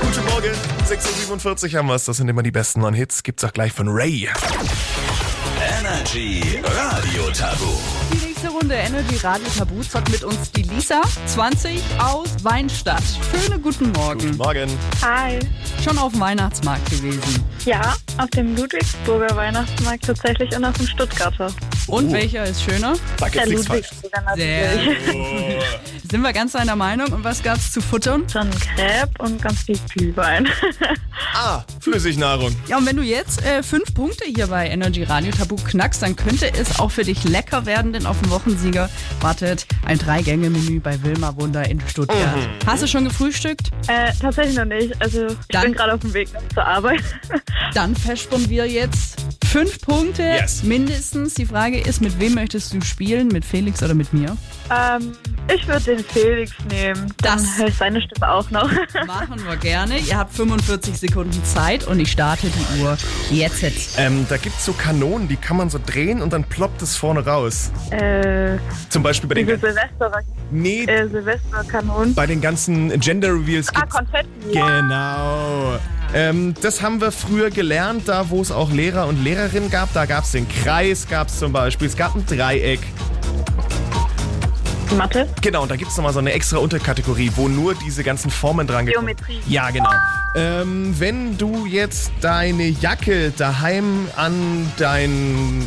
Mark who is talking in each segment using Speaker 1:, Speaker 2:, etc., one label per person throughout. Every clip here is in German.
Speaker 1: Guten Morgen, 6.47 Uhr haben wir es. Das sind immer die besten neuen Hits. Gibt's auch gleich von Ray.
Speaker 2: Energy Radio Tabu.
Speaker 3: Die nächste Runde Energy Radio Tabu zockt mit uns die Lisa, 20, aus Weinstadt. Schönen guten
Speaker 1: Guten
Speaker 3: Morgen.
Speaker 1: Morgen.
Speaker 4: Hi.
Speaker 3: Schon auf dem Weihnachtsmarkt gewesen.
Speaker 4: Ja, auf dem Ludwigsburger Weihnachtsmarkt tatsächlich und auf dem Stuttgarter.
Speaker 3: Und
Speaker 1: Oh.
Speaker 3: welcher ist schöner?
Speaker 1: Sag jetzt nichts falsch. Oh.
Speaker 4: Ludwigsburger
Speaker 3: Sehr.
Speaker 4: natürlich.
Speaker 3: Sind wir ganz deiner Meinung? Und was gab's zu futtern?
Speaker 4: Schon Crepe und ganz viel Glühwein.
Speaker 1: Ah, Flüssignahrung.
Speaker 3: Ja, und wenn du jetzt äh, fünf Punkte hier bei Energy Radio Tabu knackst, dann könnte es auch für dich lecker werden, denn auf dem Wochensieger wartet ein Drei-Gänge-Menü bei Wilma Wunder in Stuttgart. Hast du schon gefrühstückt?
Speaker 4: äh, tatsächlich noch nicht. Also ich
Speaker 3: Dann-
Speaker 4: bin gerade auf dem Weg zur Arbeit.
Speaker 3: Dann versponnen wir jetzt fünf Punkte
Speaker 1: Yes.
Speaker 3: mindestens. Die Frage ist, mit wem möchtest du spielen? Mit Felix oder mit mir?
Speaker 4: ähm, ich würde den Felix nehmen.
Speaker 3: Das-
Speaker 4: Dann höre ich seine Stimme auch noch.
Speaker 3: Machen wir gerne. Ihr habt 45 Sekunden Zeit und ich starte die Uhr jetzt.
Speaker 1: Ähm, da gibt's so Kanonen, die kann man so drehen und dann ploppt es vorne raus.
Speaker 4: äh,
Speaker 1: Zum Beispiel bei den,
Speaker 4: diese
Speaker 1: gan-
Speaker 4: Silvester,
Speaker 1: nee,
Speaker 4: äh, Silvesterkanonen.
Speaker 1: bei den ganzen Gender-Reveals
Speaker 4: Ah,
Speaker 1: gibt's...
Speaker 4: Konfetti.
Speaker 1: Genau. Ähm, das haben wir früher gelernt, da wo es auch Lehrer und Lehrerinnen gab. Da gab es den Kreis, gab es zum Beispiel. Es gab ein Dreieck.
Speaker 4: Mathe.
Speaker 1: Genau, und da gibt es nochmal so eine extra Unterkategorie, wo nur diese ganzen Formen dran gekommen-
Speaker 4: Geometrie.
Speaker 1: Ja, genau. Ähm, wenn du jetzt deine Jacke daheim an dein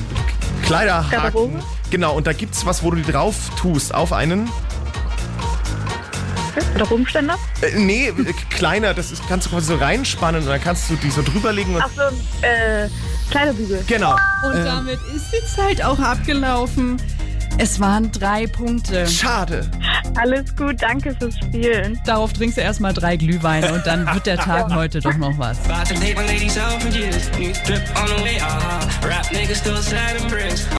Speaker 1: Kleiderhaken...
Speaker 4: Garderobe?
Speaker 1: Genau, und da gibt es was, wo du die drauf tust. Auf einen...
Speaker 4: Oder Rumständer.
Speaker 1: Äh, nee, äh, kleiner. Das ist, kannst du quasi so reinspannen und dann kannst du die so drüberlegen. Und,
Speaker 4: Ach so, äh, Kleiderbügel.
Speaker 1: Genau.
Speaker 3: Und
Speaker 1: Ähm,
Speaker 3: damit ist die Zeit auch abgelaufen. Es waren drei Punkte.
Speaker 1: Schade.
Speaker 4: Alles gut, danke fürs Spielen.
Speaker 3: Darauf trinkst du erstmal drei Glühweine und dann wird der Tag heute doch noch was.
Speaker 5: About to date my lady selfridges. New drip on the way, aha. Rap niggas still sliding bricks.